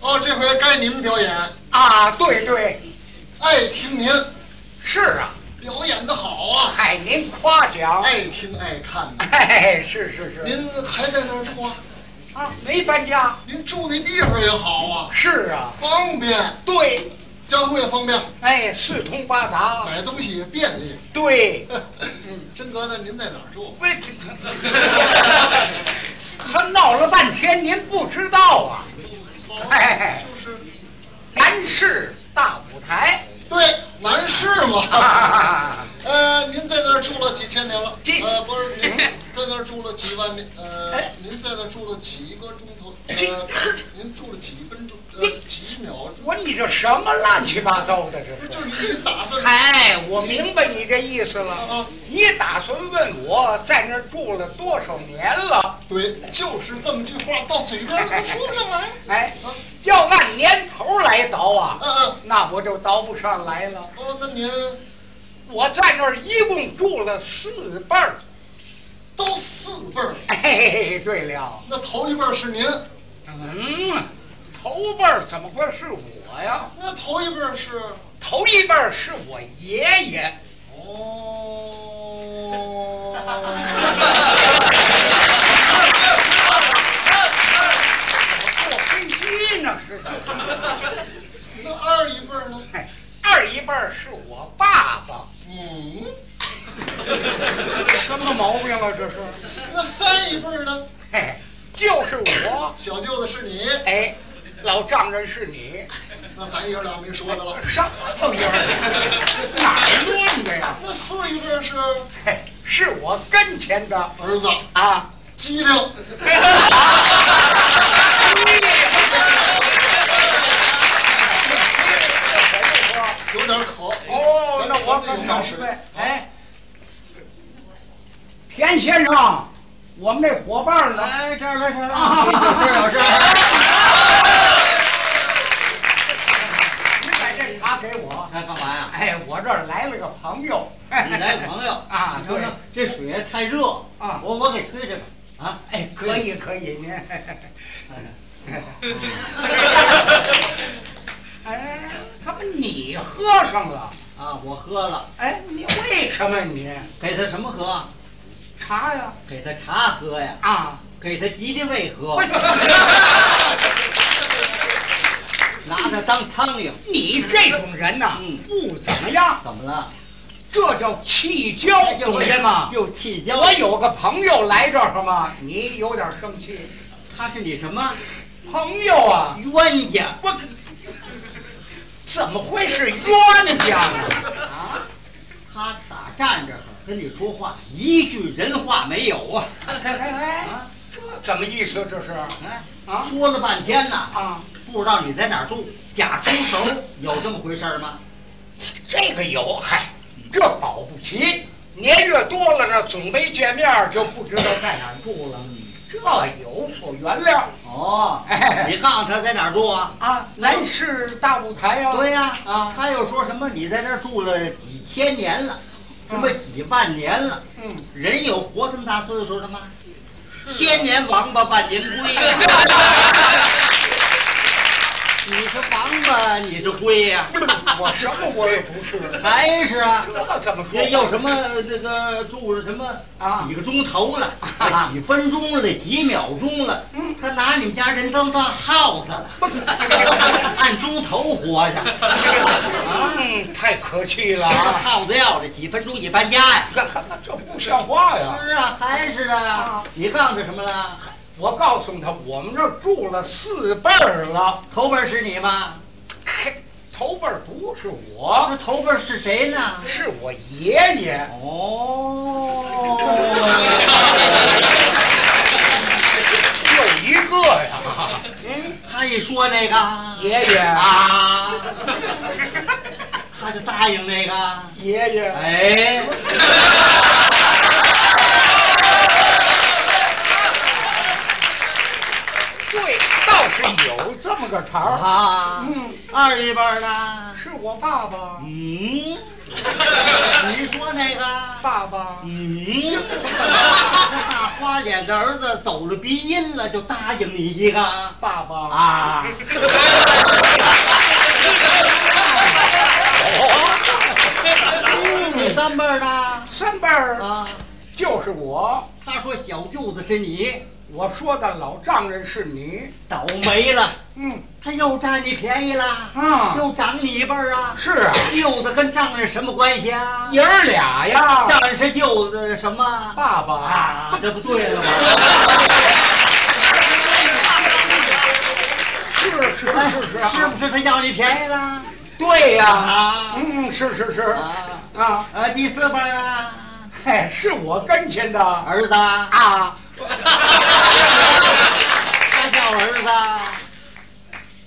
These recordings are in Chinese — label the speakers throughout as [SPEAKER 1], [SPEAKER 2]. [SPEAKER 1] 哦，这回该您表演，
[SPEAKER 2] 啊，对对，
[SPEAKER 1] 爱听您
[SPEAKER 2] 是啊，
[SPEAKER 1] 表演的好啊，
[SPEAKER 2] 嗨，您夸奖，
[SPEAKER 1] 爱听爱看的。
[SPEAKER 2] 哎，是是是，
[SPEAKER 1] 哎您还在那儿住啊？
[SPEAKER 2] 啊，没搬家，
[SPEAKER 1] 您住那地方也好啊，
[SPEAKER 2] 是啊，
[SPEAKER 1] 方便，
[SPEAKER 2] 对，
[SPEAKER 1] 交通也方便，
[SPEAKER 2] 哎，四通八达，
[SPEAKER 1] 买东西也便利。
[SPEAKER 2] 对，
[SPEAKER 1] 真格子，您在哪儿住？啊
[SPEAKER 2] 喂，这这他闹了半天，您不知道啊，哎
[SPEAKER 1] 就是
[SPEAKER 2] 南市大舞台，
[SPEAKER 1] 对南市嘛。
[SPEAKER 2] 啊，
[SPEAKER 1] 呃，您在那儿住了几千年了？
[SPEAKER 2] 几
[SPEAKER 1] 呃，不是， 您在那儿住了几万年？呃，
[SPEAKER 2] 哎
[SPEAKER 1] 您在那儿住了几个钟头？呃，您住了几分钟？呃，几秒钟？
[SPEAKER 2] 我你这什么乱七八糟
[SPEAKER 1] 不
[SPEAKER 2] 的这
[SPEAKER 1] 是，
[SPEAKER 2] 是？
[SPEAKER 1] 就是你这打算
[SPEAKER 2] 嗨，我明白你这意思
[SPEAKER 1] 啊
[SPEAKER 2] 了
[SPEAKER 1] 啊。
[SPEAKER 2] 你打算问我在那儿住了多少年了？
[SPEAKER 1] 对，就是这么句话，到嘴边儿都说不上来。
[SPEAKER 2] 哎
[SPEAKER 1] 啊，
[SPEAKER 2] 要按年头来倒啊
[SPEAKER 1] 嗯，嗯，
[SPEAKER 2] 那我就倒不上来了。
[SPEAKER 1] 哦，那您
[SPEAKER 2] 我在那儿一共住了四辈儿。
[SPEAKER 1] 都四辈儿，
[SPEAKER 2] 哎，对了，
[SPEAKER 1] 那头一辈儿是您，
[SPEAKER 2] 嗯，头辈儿怎么会是我呀？
[SPEAKER 1] 那头一辈儿是
[SPEAKER 2] 头一辈儿是我爷爷。
[SPEAKER 1] 哦，
[SPEAKER 2] 坐飞机呢 是怎么着？
[SPEAKER 1] 那二一辈儿呢？
[SPEAKER 2] 嘿二一辈儿是我爸爸。
[SPEAKER 1] 嗯，
[SPEAKER 2] 什么毛病了这是？
[SPEAKER 1] 那三一辈儿呢？
[SPEAKER 2] 嘿，就是我，
[SPEAKER 1] 小舅子是你，
[SPEAKER 2] 哎，老丈人是你，
[SPEAKER 1] 那咱爷俩没说的了。
[SPEAKER 2] 上么 爷儿哪儿论的呀？
[SPEAKER 1] 那四一辈儿是
[SPEAKER 2] 嘿，哎是我跟前的
[SPEAKER 1] 儿子，
[SPEAKER 2] 啊！
[SPEAKER 1] 机灵，有点渴。
[SPEAKER 2] 哦，
[SPEAKER 1] 咱
[SPEAKER 2] 那我
[SPEAKER 1] 咱
[SPEAKER 2] 可
[SPEAKER 1] 们有
[SPEAKER 2] 明
[SPEAKER 1] 饭吃
[SPEAKER 2] 白。哎，田先生，我们那伙伴呢？
[SPEAKER 3] 哎，这儿来这儿来，这儿有事儿。
[SPEAKER 2] 你把这茶给我。
[SPEAKER 3] 他干嘛呀？
[SPEAKER 2] 哎，我这儿来了个朋友。
[SPEAKER 3] 你来个朋友
[SPEAKER 2] 啊
[SPEAKER 3] 你瞅瞅这水太热
[SPEAKER 2] 啊
[SPEAKER 3] 我我给吹吹吧。啊，
[SPEAKER 2] 哎，可以可以，您。 哎，怎么你喝上了？
[SPEAKER 3] 啊，我喝了，
[SPEAKER 2] 哎，你为什么你
[SPEAKER 3] 给他什么喝？
[SPEAKER 2] 查呀？
[SPEAKER 3] 给他茶喝呀，
[SPEAKER 2] 啊，
[SPEAKER 3] 给他敌敌畏喝
[SPEAKER 2] 我，
[SPEAKER 3] 拿他当苍蝇。
[SPEAKER 2] 你这种人呐
[SPEAKER 3] 嗯，
[SPEAKER 2] 不怎么样，
[SPEAKER 3] 怎么了？
[SPEAKER 2] 这叫气交，懂人吗？哎
[SPEAKER 3] 又气交。
[SPEAKER 2] 我有个朋友来这儿嘛，你有点生气。
[SPEAKER 3] 他是你什么
[SPEAKER 2] 朋友啊，
[SPEAKER 3] 冤家？
[SPEAKER 2] 我怎么会是冤家呢？啊？
[SPEAKER 3] 他打站这儿跟你说话，一句人话没有啊！
[SPEAKER 2] 哎哎哎，这怎么意思？这是
[SPEAKER 3] 哎
[SPEAKER 2] 啊
[SPEAKER 3] 说了半天呢，
[SPEAKER 2] 啊，
[SPEAKER 3] 不知道你在哪儿住，假出手，有这么回事儿吗？
[SPEAKER 2] 这个有，嗨，这保不齐年月多了呢，总没见面儿就不知道在哪儿住了，这有所原谅
[SPEAKER 3] 哦，你告诉他在哪儿住啊？
[SPEAKER 2] 啊。南市大舞台呀、
[SPEAKER 3] 对呀、
[SPEAKER 2] 啊
[SPEAKER 3] 他又说什么你在这儿住了几千年了，什么几万年了？
[SPEAKER 2] 嗯，
[SPEAKER 3] 人有活这么大岁数的吗？千年王八万年龟。 你是王八，你是龟 呀、
[SPEAKER 2] 我什么我也不是，
[SPEAKER 3] 还是啊？
[SPEAKER 2] 这哎怎么说？
[SPEAKER 3] 这有什么呃那个住着什么
[SPEAKER 2] 啊
[SPEAKER 3] 几个钟头了，
[SPEAKER 2] 啊
[SPEAKER 3] 几分钟了，几秒钟了，他拿你们家人当当耗子了，按钟头活 着，啊，
[SPEAKER 2] 嗯，太可气了
[SPEAKER 3] 这
[SPEAKER 2] 啊！
[SPEAKER 3] 耗子要的，几分钟你搬家呀？
[SPEAKER 2] 这这不像话呀！
[SPEAKER 3] 是啊，还是啊
[SPEAKER 2] 啊，
[SPEAKER 3] 你告诉他什么了？
[SPEAKER 2] 我告诉他，我们这儿住了四辈儿了，
[SPEAKER 3] 头辈儿是你吗？
[SPEAKER 2] 嘿头辈儿不是我，
[SPEAKER 3] 那头辈儿是谁呢？
[SPEAKER 2] 是我爷爷。 哦
[SPEAKER 3] 哦，
[SPEAKER 2] 有一个呀，
[SPEAKER 3] 他一说那个
[SPEAKER 2] 爷爷啊，
[SPEAKER 3] 啊，他就答应那个。
[SPEAKER 2] 爷爷，
[SPEAKER 3] 哎，
[SPEAKER 2] 对，倒是有这么个茬儿，
[SPEAKER 3] 啊，
[SPEAKER 2] 嗯
[SPEAKER 3] 二一辈儿呢？
[SPEAKER 2] 是我爸爸，
[SPEAKER 3] 嗯，你说那个？
[SPEAKER 2] 爸爸，
[SPEAKER 3] 嗯，这大花脸的儿子走了鼻音了，就答应你一个
[SPEAKER 2] 爸爸
[SPEAKER 3] 啊？三辈儿的
[SPEAKER 2] 嗯三辈儿
[SPEAKER 3] 啊。
[SPEAKER 2] 就是我，
[SPEAKER 3] 他说小舅子是你，
[SPEAKER 2] 我说的老丈人是你，
[SPEAKER 3] 倒霉了，
[SPEAKER 2] 嗯
[SPEAKER 3] 他又占你便宜了，
[SPEAKER 2] 啊，
[SPEAKER 3] 又长你一辈儿啊。
[SPEAKER 2] 是啊，
[SPEAKER 3] 舅子跟丈人什么关系啊？
[SPEAKER 2] 爷儿俩呀，
[SPEAKER 3] 丈人是舅子什么？
[SPEAKER 2] 爸爸，
[SPEAKER 3] 啊，这不对 了吗？
[SPEAKER 2] 是是是是
[SPEAKER 3] 是
[SPEAKER 2] 啊，
[SPEAKER 3] 不是他要你便宜了？
[SPEAKER 2] 对呀，
[SPEAKER 3] 啊
[SPEAKER 2] 嗯，是是是，
[SPEAKER 3] 啊
[SPEAKER 2] 啊，
[SPEAKER 3] 啊！第四辈儿啊，
[SPEAKER 2] 嘿，是我跟前的
[SPEAKER 3] 儿子啊，
[SPEAKER 2] 啊，
[SPEAKER 3] 他叫儿子啊，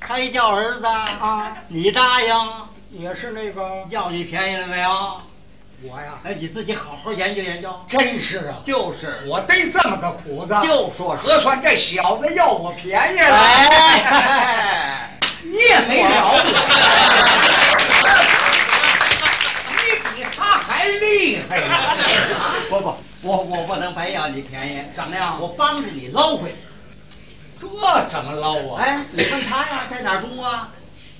[SPEAKER 3] 他一叫儿子啊，
[SPEAKER 2] 啊，
[SPEAKER 3] 你答应
[SPEAKER 2] 也是那个
[SPEAKER 3] 要你便宜了没有？
[SPEAKER 2] 我呀，
[SPEAKER 3] 哎，你自己好好研究研究。
[SPEAKER 2] 真是啊，
[SPEAKER 3] 就是，
[SPEAKER 2] 我逮这么个苦子，
[SPEAKER 3] 就说是。
[SPEAKER 2] 合算这小子要我便宜了，
[SPEAKER 3] 哎，
[SPEAKER 2] 你也没饶 我，你比他还厉害呢。
[SPEAKER 3] 不不，我我不能白要你便宜，
[SPEAKER 2] 怎么样？
[SPEAKER 3] 我帮着你捞回来。
[SPEAKER 2] 这怎么捞啊？
[SPEAKER 3] 哎，你问他呀，在哪儿住啊？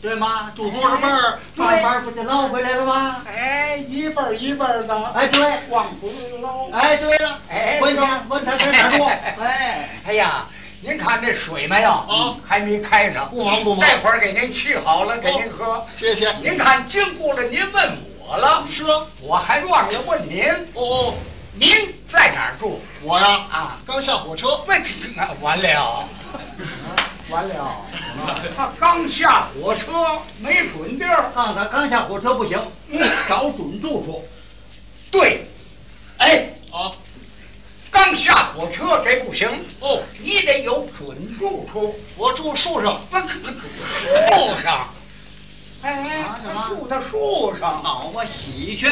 [SPEAKER 3] 对吗？住多少辈儿？慢慢不就捞回来了吗？
[SPEAKER 2] 哎，一辈儿一辈儿的
[SPEAKER 3] 哎，对，
[SPEAKER 2] 往回捞。
[SPEAKER 3] 哎，对了，
[SPEAKER 2] 哎
[SPEAKER 3] 问他，问他在哪儿住？哎，
[SPEAKER 2] 哎呀，您看这水没有？
[SPEAKER 1] 啊
[SPEAKER 2] 还没开呢。
[SPEAKER 1] 不忙不忙
[SPEAKER 2] 待会儿给您沏好了，给您喝。
[SPEAKER 1] 谢谢。
[SPEAKER 2] 您看，经过了您问我了，
[SPEAKER 1] 是啊，
[SPEAKER 2] 我还忘了问您，
[SPEAKER 1] 哦，
[SPEAKER 2] 您在哪儿住
[SPEAKER 1] 我呀，
[SPEAKER 2] 啊？
[SPEAKER 1] 刚下火车，
[SPEAKER 2] 问完了，完了。他刚下火车，没准地儿。
[SPEAKER 3] 告诉他刚下火车不行，找准住处。
[SPEAKER 2] 对，哎，
[SPEAKER 1] 啊，
[SPEAKER 2] 刚下火车这不行，
[SPEAKER 1] 哦，
[SPEAKER 2] 你得有准住处。
[SPEAKER 1] 我住树上，
[SPEAKER 2] 不可不可，树上，哎
[SPEAKER 3] 啊，怎
[SPEAKER 2] 他
[SPEAKER 3] 么
[SPEAKER 2] 住在树上，
[SPEAKER 3] 好啊，喜鹊，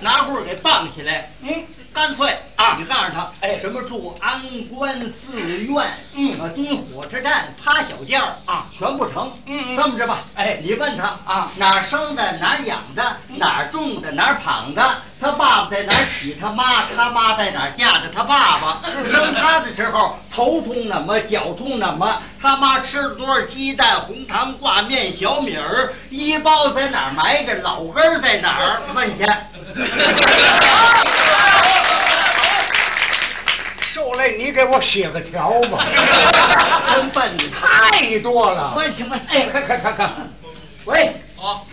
[SPEAKER 3] 拿棍儿给棒起来，
[SPEAKER 2] 嗯，
[SPEAKER 3] 干脆
[SPEAKER 2] 啊
[SPEAKER 3] 你告诉他，
[SPEAKER 2] 哎
[SPEAKER 3] 什么住安关寺院，
[SPEAKER 2] 嗯
[SPEAKER 3] 啊，蹲火车站，趴小轿儿
[SPEAKER 2] 啊，
[SPEAKER 3] 全不成。
[SPEAKER 2] 嗯嗯
[SPEAKER 3] 这么着吧，
[SPEAKER 2] 哎
[SPEAKER 3] 你问他
[SPEAKER 2] 啊嗯
[SPEAKER 3] 哪儿生的，哪儿养的，哪儿种的，哪儿躺的，他爸爸在哪儿起，他妈他妈在哪儿嫁的，他爸爸生他的时候头冲哪么，脚冲哪么，他妈吃了多少鸡蛋、红糖、挂面、小米儿，衣包在哪儿埋着，老根儿在哪儿？问去。
[SPEAKER 2] 受累你给我写个条 吧，
[SPEAKER 3] 真笨，
[SPEAKER 2] 太多了。
[SPEAKER 3] 问去问去。
[SPEAKER 2] 哎，看看看看，喂，
[SPEAKER 1] 啊，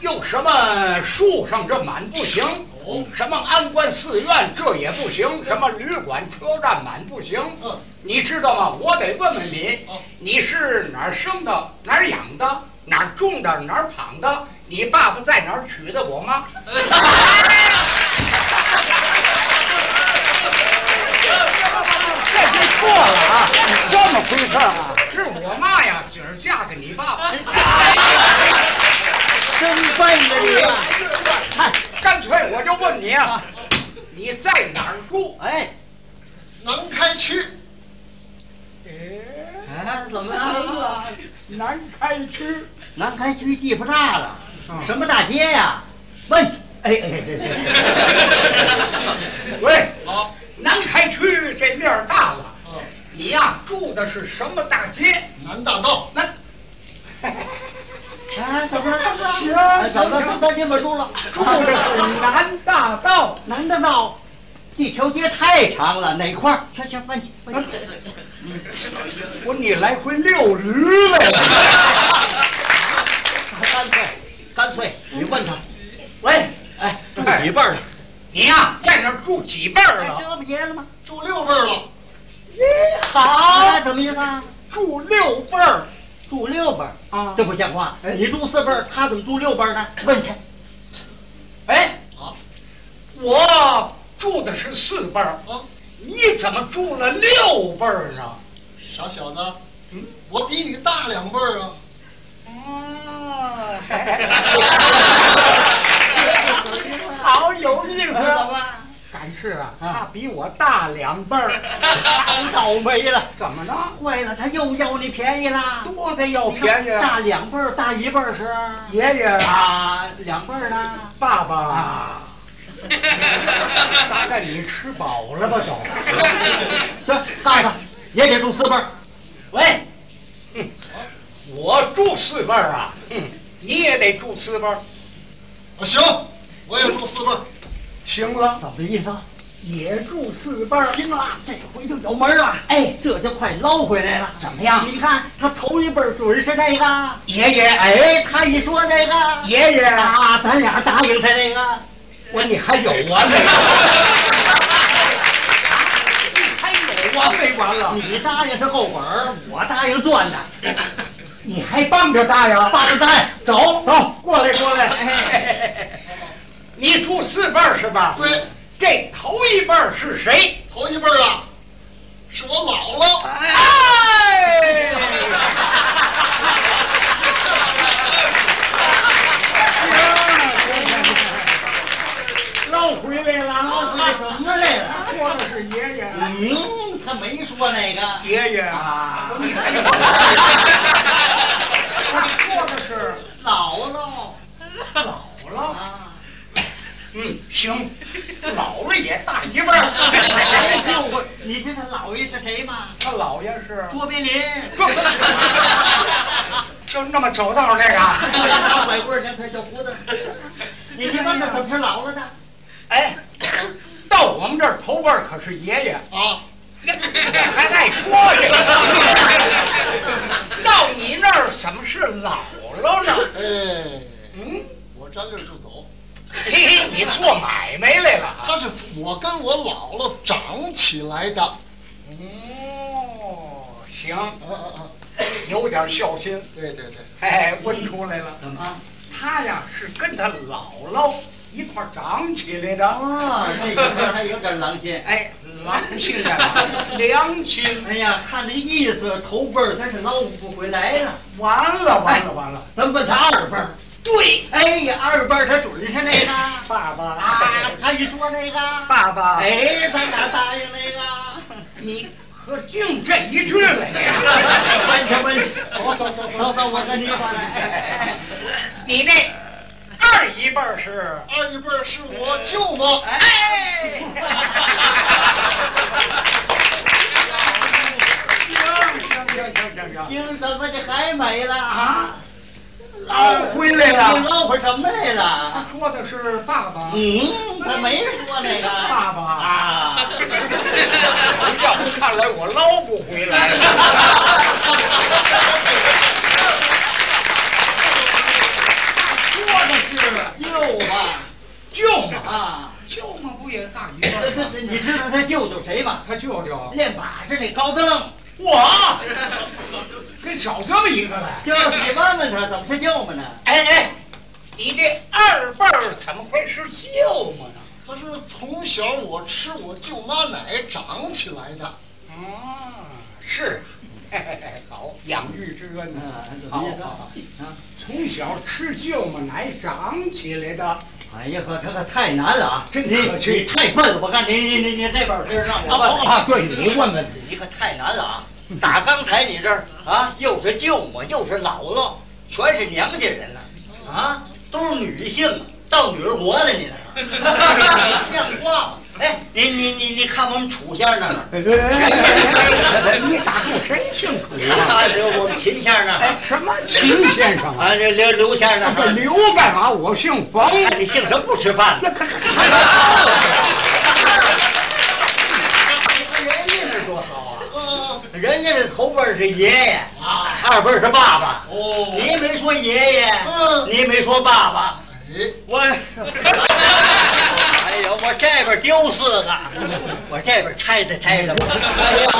[SPEAKER 2] 有什么树上这满不行，
[SPEAKER 1] 哦
[SPEAKER 2] 什么安关寺院这也不行，什么旅馆车站满不行。
[SPEAKER 1] 嗯，
[SPEAKER 2] 你知道吗？我得问问你
[SPEAKER 1] 哦，
[SPEAKER 2] 你是哪儿生的，哪儿养的，哪儿种的，哪儿躺的？你爸爸在哪儿娶的我妈？这是错了啊，这么回事儿啊？是我妈呀，今儿嫁给你爸爸。
[SPEAKER 3] 真笨呐你啊！
[SPEAKER 2] 干脆我就问你啊，你在哪儿住？
[SPEAKER 3] 哎，
[SPEAKER 1] 南开区，
[SPEAKER 3] 哎，怎么了？
[SPEAKER 2] 南开区。
[SPEAKER 3] 南开区地方大了
[SPEAKER 2] 啊，
[SPEAKER 3] 什么大街呀？问去。
[SPEAKER 2] 哎哎哎！ 喂，
[SPEAKER 1] 啊，
[SPEAKER 2] 南开区这面儿大了，
[SPEAKER 1] 嗯、
[SPEAKER 2] 你呀、住的是什么大街？
[SPEAKER 1] 南大道，
[SPEAKER 2] 那
[SPEAKER 3] 哎，怎么了？怎么了？
[SPEAKER 2] 行
[SPEAKER 3] 哎怎么了？怎么么住了？
[SPEAKER 2] 住的是南大道。
[SPEAKER 3] 南大道，这条街太长了，哪块儿？行行，问去问去。
[SPEAKER 2] 我你来回遛驴来了。
[SPEAKER 3] 干脆，干脆，你问他。喂，哎，住几辈儿了？
[SPEAKER 2] 你呀、在那儿住几辈儿
[SPEAKER 3] 哎
[SPEAKER 2] 了？
[SPEAKER 3] 这不结了吗？
[SPEAKER 1] 住六辈儿了，
[SPEAKER 3] 啊，
[SPEAKER 2] 好，
[SPEAKER 3] 怎么意思啊？
[SPEAKER 2] 住六辈儿
[SPEAKER 3] 住六辈儿，
[SPEAKER 2] 啊
[SPEAKER 3] 这不像话。你住四辈儿，他怎么住六辈儿呢？问去。
[SPEAKER 2] 哎，
[SPEAKER 1] 啊，
[SPEAKER 2] 我住的是四辈儿，
[SPEAKER 1] 啊，
[SPEAKER 2] 你怎么住了六辈儿啊呢？
[SPEAKER 1] 傻小子，
[SPEAKER 2] 嗯
[SPEAKER 1] 我比你大两辈儿啊，
[SPEAKER 2] 啊， 好有意思 啊！
[SPEAKER 3] 吧？
[SPEAKER 2] 敢是啊，
[SPEAKER 3] 啊
[SPEAKER 2] 他比我大两辈儿，
[SPEAKER 3] 倒霉了，
[SPEAKER 2] 怎么了？
[SPEAKER 3] 坏了，他又要你便宜啦！
[SPEAKER 2] 多的要便宜啊！
[SPEAKER 3] 大两辈儿，大一辈儿是
[SPEAKER 2] 爷爷啊，
[SPEAKER 3] 啊，两辈儿呢？
[SPEAKER 2] 爸爸啊，大概你吃饱了吧都？
[SPEAKER 3] 行，大的也得住四辈儿。喂，
[SPEAKER 2] 嗯我住四辈儿啊，嗯，你也得住四辈儿。嗯
[SPEAKER 1] 啊，行，我也住四辈儿，
[SPEAKER 2] 行了，
[SPEAKER 3] 怎么意思？啊
[SPEAKER 2] 也住四班儿，
[SPEAKER 3] 行了，这回就有门了。哎，这就快捞回来了。
[SPEAKER 4] 怎么样
[SPEAKER 3] 你看他头一辈儿准是这个，
[SPEAKER 4] 爷爷，
[SPEAKER 3] 哎，他一说这个，
[SPEAKER 4] 爷爷，
[SPEAKER 3] 啊，咱俩答应他这个。
[SPEAKER 4] 我你还有
[SPEAKER 2] 啊
[SPEAKER 4] 完没完？
[SPEAKER 2] 还有完没完了？
[SPEAKER 3] 你答应是后本儿，我答应赚的。
[SPEAKER 2] 你还帮着大爷？
[SPEAKER 3] 八着蛋，走走，
[SPEAKER 2] 过来过来，你住四辈儿是吧？
[SPEAKER 1] 对，
[SPEAKER 2] 这头一辈儿是谁？
[SPEAKER 1] 头一辈儿啊，是我姥姥。
[SPEAKER 2] 哎，行，捞回来了，
[SPEAKER 3] 捞回来啊什么来了？
[SPEAKER 2] 说的是爷啊爷，
[SPEAKER 3] 嗯，他没说那个。
[SPEAKER 2] 爷爷啊，我你还有，他说的是
[SPEAKER 3] 姥姥
[SPEAKER 2] 姥姥。
[SPEAKER 3] 啊，
[SPEAKER 2] 嗯，行，老了也大一辈儿。
[SPEAKER 3] 哎 就我，你知道姥爷是谁吗？
[SPEAKER 2] 他姥爷是
[SPEAKER 3] 卓别林。
[SPEAKER 2] 这不是就那么走道儿那个？
[SPEAKER 3] 大拐棍儿，他小胡子。你这刚才怎么是姥姥呢？
[SPEAKER 2] 哎，到我们这儿头辈儿可是爷爷，
[SPEAKER 1] 啊，
[SPEAKER 2] 还爱说这个。到你那儿怎么是姥姥呢？
[SPEAKER 1] 哎，
[SPEAKER 2] 嗯，
[SPEAKER 1] 我沾溜儿就走。
[SPEAKER 2] 嘿嘿，你做买卖来了啊？
[SPEAKER 1] 他是我跟我姥姥长起来的。啊
[SPEAKER 2] 哦，行，
[SPEAKER 1] 啊啊！
[SPEAKER 2] 有点孝心，
[SPEAKER 1] 对对对，
[SPEAKER 2] 哎，问出来了。
[SPEAKER 3] 怎么？
[SPEAKER 2] 他呀是跟他姥姥一块儿长起来的，
[SPEAKER 3] 啊，这哥们儿还有点良心。
[SPEAKER 2] 哎，良心啊， 良心！
[SPEAKER 3] 哎呀，看这个意思，头辈儿他是捞不回来了。
[SPEAKER 2] 完了完了完了！
[SPEAKER 3] 咱问他二辈儿。
[SPEAKER 2] 对，
[SPEAKER 3] 哎呀，二辈儿他准是那个。
[SPEAKER 2] 爸爸
[SPEAKER 3] 啊，他一说那个。
[SPEAKER 2] 爸爸，
[SPEAKER 3] 哎，咱俩答应那 个。
[SPEAKER 2] 你可净这一句了
[SPEAKER 3] 搬
[SPEAKER 2] 你，
[SPEAKER 3] 去搬去，
[SPEAKER 2] 走走走
[SPEAKER 3] 走走，我跟你过来。
[SPEAKER 2] 你那二姨辈儿 是
[SPEAKER 1] 二一辈儿是我舅妈。
[SPEAKER 2] 哎，行行行行行行，
[SPEAKER 3] 行，怎么这还没了
[SPEAKER 2] 啊
[SPEAKER 3] 啊？
[SPEAKER 2] 捞回来
[SPEAKER 3] 你
[SPEAKER 2] 了。
[SPEAKER 3] 捞回什么来
[SPEAKER 2] 他
[SPEAKER 3] 了？
[SPEAKER 2] 说的是爸爸。
[SPEAKER 3] 嗯，他没说那个
[SPEAKER 2] 爸爸
[SPEAKER 3] 啊。
[SPEAKER 2] 要不看来我捞不回来 了。
[SPEAKER 3] 说的是舅
[SPEAKER 2] 舅
[SPEAKER 3] 吧？
[SPEAKER 2] 妈，
[SPEAKER 3] 啊，
[SPEAKER 2] 舅妈不也大一
[SPEAKER 3] 这
[SPEAKER 2] 辈
[SPEAKER 3] 这
[SPEAKER 2] 吗？
[SPEAKER 3] 这，你知道他舅舅谁吗？
[SPEAKER 2] 他舅舅，
[SPEAKER 3] 练把式那高子愣，
[SPEAKER 2] 我跟少这么一个来。
[SPEAKER 3] 就是你问问他，怎么是舅妈呢？
[SPEAKER 2] 哎哎，你这二辈儿怎么会是舅妈呢？
[SPEAKER 1] 他是从小我吃我舅妈奶长起来的。
[SPEAKER 2] 啊，是啊，好，养育之恩呐、
[SPEAKER 3] 啊，怎
[SPEAKER 2] 好
[SPEAKER 3] 么意思
[SPEAKER 2] 好
[SPEAKER 3] 啊
[SPEAKER 2] 好，？从小吃舅妈奶长起来的。
[SPEAKER 3] 哎呀呵，这可太难了啊！
[SPEAKER 2] 真
[SPEAKER 3] 你
[SPEAKER 2] 可惜
[SPEAKER 3] 你太笨了，我看你你你你这本事让我问问
[SPEAKER 4] 啊对你问问
[SPEAKER 3] 你可太难了啊！打刚才你这儿啊，又是舅母，又是姥姥，全是娘家人了啊，都是女性啊，到女儿国 了你那儿，像话吗？哎，你你你你看我们楚先生那儿，哎
[SPEAKER 2] 你打住，谁姓楚啊？
[SPEAKER 3] 啊，我们秦先生那
[SPEAKER 2] 哎
[SPEAKER 3] 儿，，
[SPEAKER 2] 什么秦先生啊？
[SPEAKER 3] 啊，这刘刘先生那
[SPEAKER 2] 这
[SPEAKER 3] 儿，
[SPEAKER 2] 刘干嘛？我姓冯。啊
[SPEAKER 3] 哎你姓什么不吃饭呢？
[SPEAKER 2] 那可是
[SPEAKER 3] 人家那多好啊！
[SPEAKER 1] 啊
[SPEAKER 3] 人家的头辈儿是爷爷，
[SPEAKER 1] 啊
[SPEAKER 3] 二辈儿是爸爸。你
[SPEAKER 1] 哦，
[SPEAKER 3] 也没说爷爷，
[SPEAKER 1] 嗯
[SPEAKER 3] 你也没说爸爸，
[SPEAKER 1] 哎，
[SPEAKER 3] 我， 哎呦，我这边丢四个，我这边拆的拆的吧。哎呀，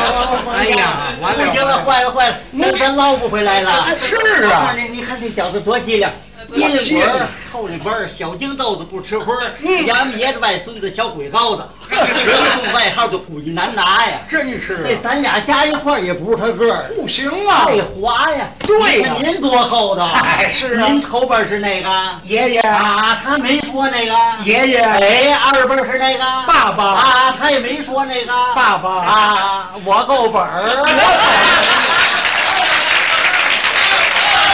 [SPEAKER 2] 哎呀完了
[SPEAKER 3] 不行了，坏了坏了，那咱捞不回来了。
[SPEAKER 2] 是啊
[SPEAKER 3] 我告诉你你看这小子多机灵，机灵鬼儿，透灵门儿，小金豆子不吃灰儿，俺们爷的外孙子小鬼羔子，人送外号叫鬼难拿 呀。
[SPEAKER 2] 真是啊
[SPEAKER 3] 这咱俩加一块儿也不是他个儿。
[SPEAKER 2] 不行啊！
[SPEAKER 3] 这滑呀！
[SPEAKER 2] 对呀
[SPEAKER 3] 你看您多厚道！
[SPEAKER 2] 哎是啊
[SPEAKER 3] 您头辈儿是那个
[SPEAKER 2] 爷爷，
[SPEAKER 3] 啊，他没说那个
[SPEAKER 2] 爷爷
[SPEAKER 3] 哎，二辈儿是那个
[SPEAKER 2] 爸爸
[SPEAKER 3] 啊，他也没说那个
[SPEAKER 2] 爸爸
[SPEAKER 3] 啊，我够本儿，我